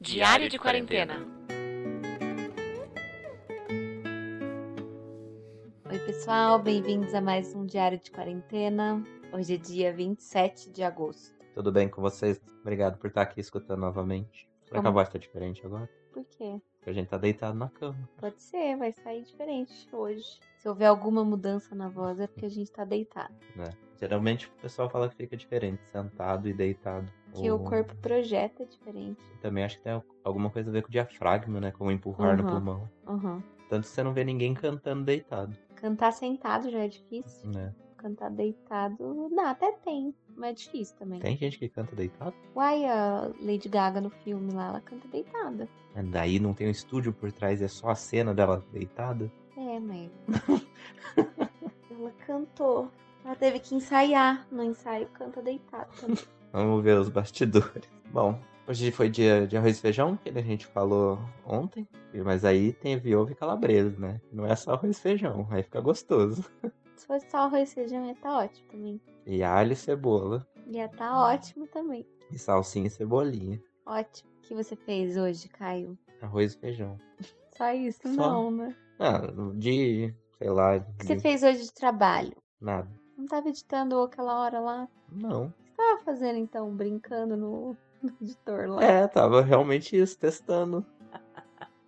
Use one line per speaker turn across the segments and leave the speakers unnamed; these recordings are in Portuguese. Diário de quarentena.
Oi, pessoal, bem-vindos a mais um Diário de Quarentena. Hoje é dia 27 de agosto.
Tudo bem com vocês? Obrigado por estar aqui escutando novamente. Será que a
Como?
voz tá diferente agora?
Por quê?
Porque a gente tá deitado na cama.
Pode ser, vai sair diferente hoje. Se houver alguma mudança na voz, é porque a gente tá deitado.
Geralmente o pessoal fala que fica diferente, sentado e deitado.
Que
Ou-
o corpo projeta diferente.
Também acho que tem alguma coisa a ver com o diafragma, né? Como empurrar no
Uhum.
pulmão.
Uhum.
Tanto que você não vê ninguém cantando deitado,
Cantar sentado já é difícil.
né?
Cantar deitado, não, até tem, mas é difícil também.
Tem gente que canta deitado?
Uai, a Lady Gaga no filme lá, ela canta deitada.
Mas Daí não tem um estúdio por trás, é só a cena dela deitada.
É, mãe. ela cantou. Ela teve que ensaiar. No ensaio, canta deitada. também.
Vamos ver os bastidores. Bom, hoje foi dia de arroz e feijão, que a gente falou ontem. Mas aí teve ovo e calabresa, né? Não é só arroz e feijão, aí fica gostoso.
Se fosse só arroz e feijão, ia tá ótimo também.
E alho e cebola.
Ia tá ótimo também.
E salsinha e cebolinha.
Ótimo. O que você fez hoje, Caio?
Arroz e feijão.
Só isso?
Só.
Não, né?
Ah, de. sei lá.
O que você
de
fez hoje de trabalho?
Nada.
Não tava editando aquela hora lá? O
Não.
que você tava fazendo então? Brincando no, no editor lá?
É, tava realmente isso, testando.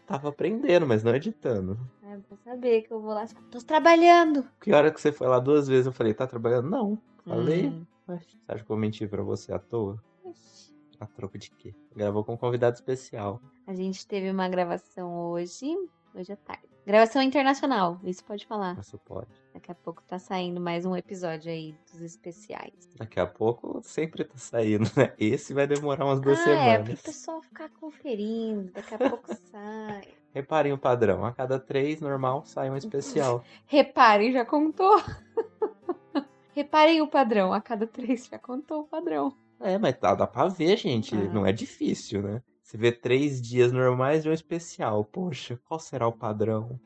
Tava aprendendo, mas não editando.
É, pra saber que eu vou lá. e falo, Tô trabalhando!
Que hora que você foi lá duas vezes, eu falei, tá trabalhando? Não. Falei.
Hum.
Mas Você acha que eu vou mentir pra você à toa?
Ixi.
A troco de quê? Gravou com um convidado especial.
A gente teve uma gravação hoje. Hoje à tarde. Gravação internacional, isso pode falar.
Isso pode.
Daqui a pouco tá saindo mais um episódio aí dos especiais.
Daqui a pouco sempre tá saindo, né? Esse vai demorar umas duas
ah, é, pro
semanas.
pessoal ficar conferindo. Daqui a pouco sai.
Reparem o padrão. A cada três, normal, sai um especial.
Reparem, já contou. Reparem o padrão. A cada três já contou o padrão.
É, mas tá, dá pra ver, gente.
Ah.
Não é difícil, né? Você vê três dias normais de um especial. Poxa, qual será o padrão?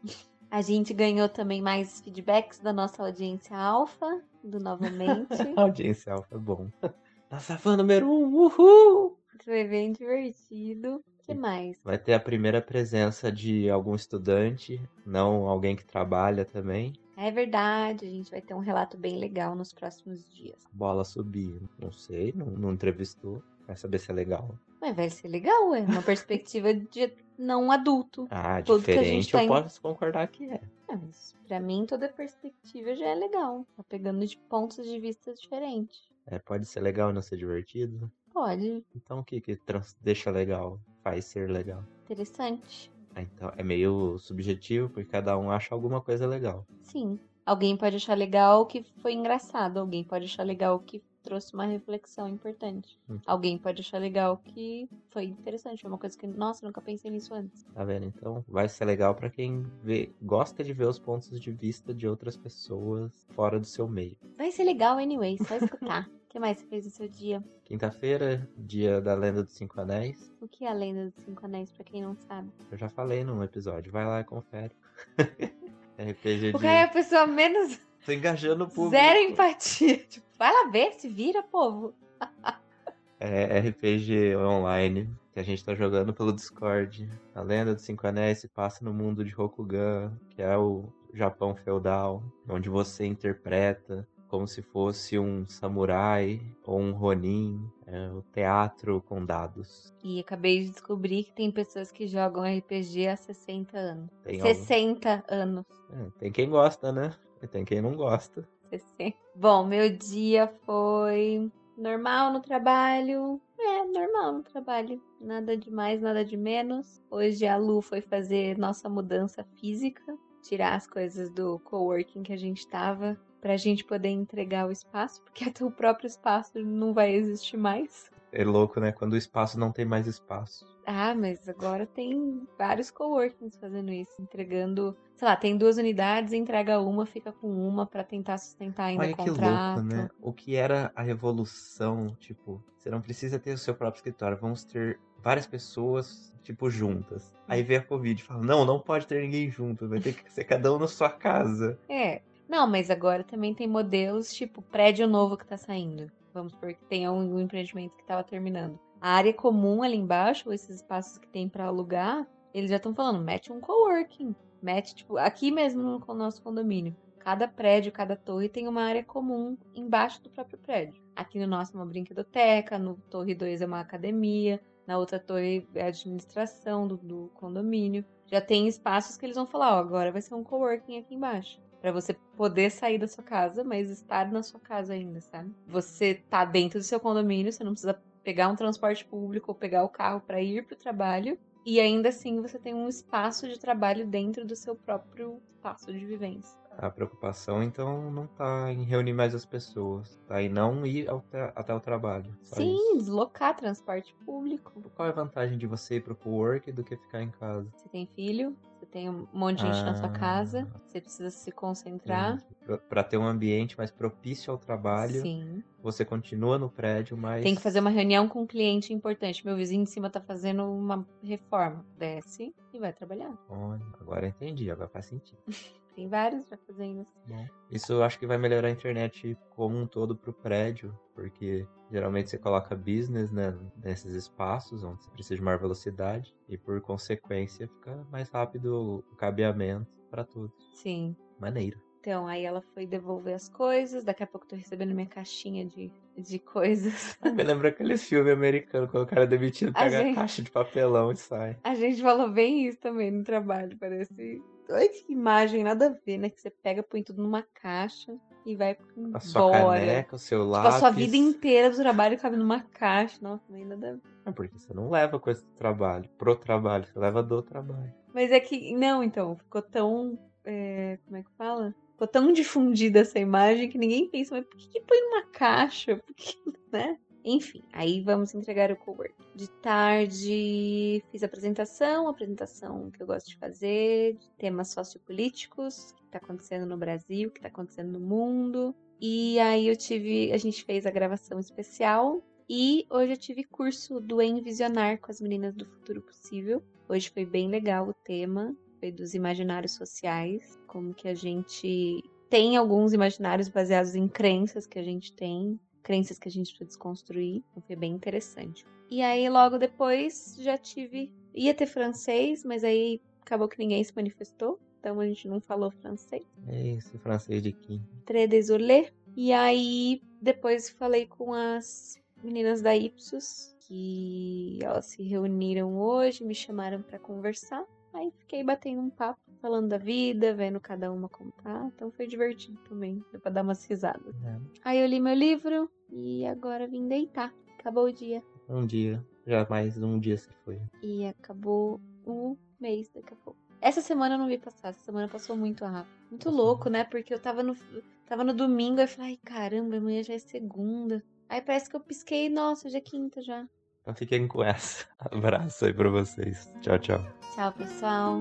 A gente ganhou também mais feedbacks da nossa audiência alfa, do Novamente.
A audiência alfa é bom. Nossa fã número um, uhul!
Foi bem divertido. O que mais?
Vai ter a primeira presença de algum estudante, não alguém que trabalha também.
É verdade, a gente vai ter um relato bem legal nos próximos dias.
Bola subir, não sei, não, não entrevistou. Vai saber se é legal.
Mas vai ser legal, é uma perspectiva de não adulto.
Ah,
Tudo que a gente
diferente,
tá
eu
em-
posso concordar que é.
Ah, mas pra mim, toda perspectiva já é legal. Tá pegando de pontos de vista diferentes.
É, Pode ser legal e não ser divertido.
Olha,
Então o que, que trans- deixa legal? Faz ser legal.
interessante.
Ah, Então é meio subjetivo, porque cada um acha alguma coisa legal.
Sim. Alguém pode achar legal o que foi engraçado, alguém pode achar legal o que trouxe uma reflexão importante.
Hum.
Alguém pode achar legal o que foi interessante, foi uma coisa que, nossa, nunca pensei nisso antes.
Tá vendo? Então vai ser legal pra quem vê, gosta de ver os pontos de vista de outras pessoas fora do seu meio.
Vai ser legal anyway, só escutar. O que mais você fez no seu dia?
Quinta-feira, dia da Lenda dos Cinco Anéis.
O que é a Lenda dos Cinco Anéis, pra quem não sabe?
Eu já falei num episódio, vai lá e confere. RPG
O
de.
cara é a pessoa menos
Tô engajando o público.
zero empatia. Tipo, vai lá ver, se vira, povo.
É RPG online que a gente tá jogando pelo Discord. A Lenda dos Cinco Anéis se passa no mundo de Rokugan, que é o Japão feudal, onde você interpreta como se fosse um samurai ou um ronin, é o teatro com dados.
E acabei de descobrir que tem pessoas que jogam RPG há 60 anos.
Tem, algum-
60 anos.
É, tem quem gosta, né? E tem quem não gosta.
TCC. Bom, meu dia foi normal no trabalho. É, normal no trabalho. Nada de mais, nada de menos. Hoje a Lu foi fazer nossa mudança física, tirar as coisas do coworking que a gente tava, pra gente poder entregar o espaço, porque até o próprio espaço não vai existir mais.
É louco, né? Quando o espaço não tem mais espaço.
Ah, mas agora tem vários coworkings fazendo isso, entregando, sei lá, tem duas unidades, entrega uma, fica com uma pra tentar sustentar ainda
Olha
o
que
contrato.
louco, né? O que era a revolução, tipo, você não precisa ter o seu próprio escritório, vamos ter várias pessoas, tipo, juntas. Aí vem a Covid e fala, não, não pode ter ninguém junto, vai ter que ser cada um na sua casa.
É. Não, mas agora também tem modelos tipo prédio novo que tá saindo. Vamos supor que tenha um, um empreendimento que estava terminando. A área comum ali embaixo, esses espaços que tem para alugar, eles já estão falando, mete um coworking. Mete, tipo, aqui mesmo no con- nosso condomínio. Cada prédio, cada torre tem uma área comum embaixo do próprio prédio. Aqui no nosso é uma brinquedoteca, no Torre 2 é uma academia, na outra torre é a administração do, do condomínio. Já tem espaços que eles vão falar, ó, agora vai ser um coworking aqui embaixo. Pra você poder sair da sua casa, mas estar na sua casa ainda, sabe? Você tá dentro do seu condomínio, você não precisa pegar um transporte público ou pegar o carro pra ir pro trabalho. E ainda assim você tem um espaço de trabalho dentro do seu próprio espaço de vivência.
A preocupação, então, não tá em reunir mais as pessoas, tá em não ir ao tra- até o trabalho. só
Sim,
isso.
deslocar transporte público.
Qual é a vantagem de você ir pro co-work do que ficar em casa?
Você tem filho, você tem um monte de gente na sua
Ah.
casa, você precisa se concentrar.
Pra- Pra ter um ambiente mais propício ao trabalho, É
Sim.
você continua no prédio, mas.
Tem que fazer uma reunião com um cliente importante. Meu vizinho de cima tá fazendo uma reforma. Desce e vai trabalhar.
Olha, agora entendi, agora faz sentido.
Tem vários já fazendo isso.
Isso eu acho que vai melhorar a internet como um todo pro prédio, porque geralmente você coloca business né, nesses espaços onde você precisa de maior velocidade e por consequência fica mais rápido o cabeamento para todos.
Sim.
Maneiro.
Então, aí ela foi devolver as coisas. Daqui a pouco eu tô recebendo minha caixinha de, de coisas.
Me lembra aquele filme americano quando o cara é demitido,
A
pega a
gente-
caixa de papelão e sai.
A gente falou bem isso também no trabalho, parece. Olha que imagem, nada a ver, né? Que você pega, põe tudo numa caixa e vai embora.
A sua caneca, o seu
tipo, a
lápis.
sua vida inteira do trabalho cabe numa caixa. Nossa, nem nada a ver.
É porque você não leva coisa do trabalho, pro trabalho, você leva do trabalho.
Mas é que, não, então, ficou tão. é, como é que fala? Ficou tão difundida essa imagem que ninguém pensa, mas por que, que põe numa caixa? Por que, né? Enfim, aí vamos entregar o cowork. De tarde fiz apresentação, apresentação que eu gosto de fazer, de temas sociopolíticos, o que tá acontecendo no Brasil, o que tá acontecendo no mundo. E aí eu tive, a gente fez a gravação especial e hoje eu tive curso do Envisionar com as meninas do Futuro Possível. Hoje foi bem legal o tema, foi dos imaginários sociais, como que a gente tem alguns imaginários baseados em crenças que a gente tem, crenças que a gente precisa desconstruir, então foi bem interessante. E aí logo depois já tive, ia ter francês, mas aí acabou que ninguém se manifestou, então a gente não falou francês.
É isso, francês de Kim.
Très désolé. E aí depois falei com as meninas da Ipsos, que elas se reuniram hoje, me chamaram pra conversar. Aí fiquei batendo um papo, falando da vida, vendo cada uma como tá. Então foi divertido também, deu pra dar umas risadas.
né?
Aí eu li meu livro e agora vim deitar. Acabou o dia.
Um dia, já mais um dia se foi.
E acabou o mês daqui a pouco. Essa semana eu não vi passar, essa semana passou muito rápido. Muito
Passou
louco, né? Porque eu tava no, tava no domingo, aí eu falei, ai caramba, amanhã já é segunda. Aí parece que eu pisquei, nossa, hoje é quinta já.
Então fiquem com essa. Abraço aí pra vocês. Tchau, tchau.
Tchau, pessoal.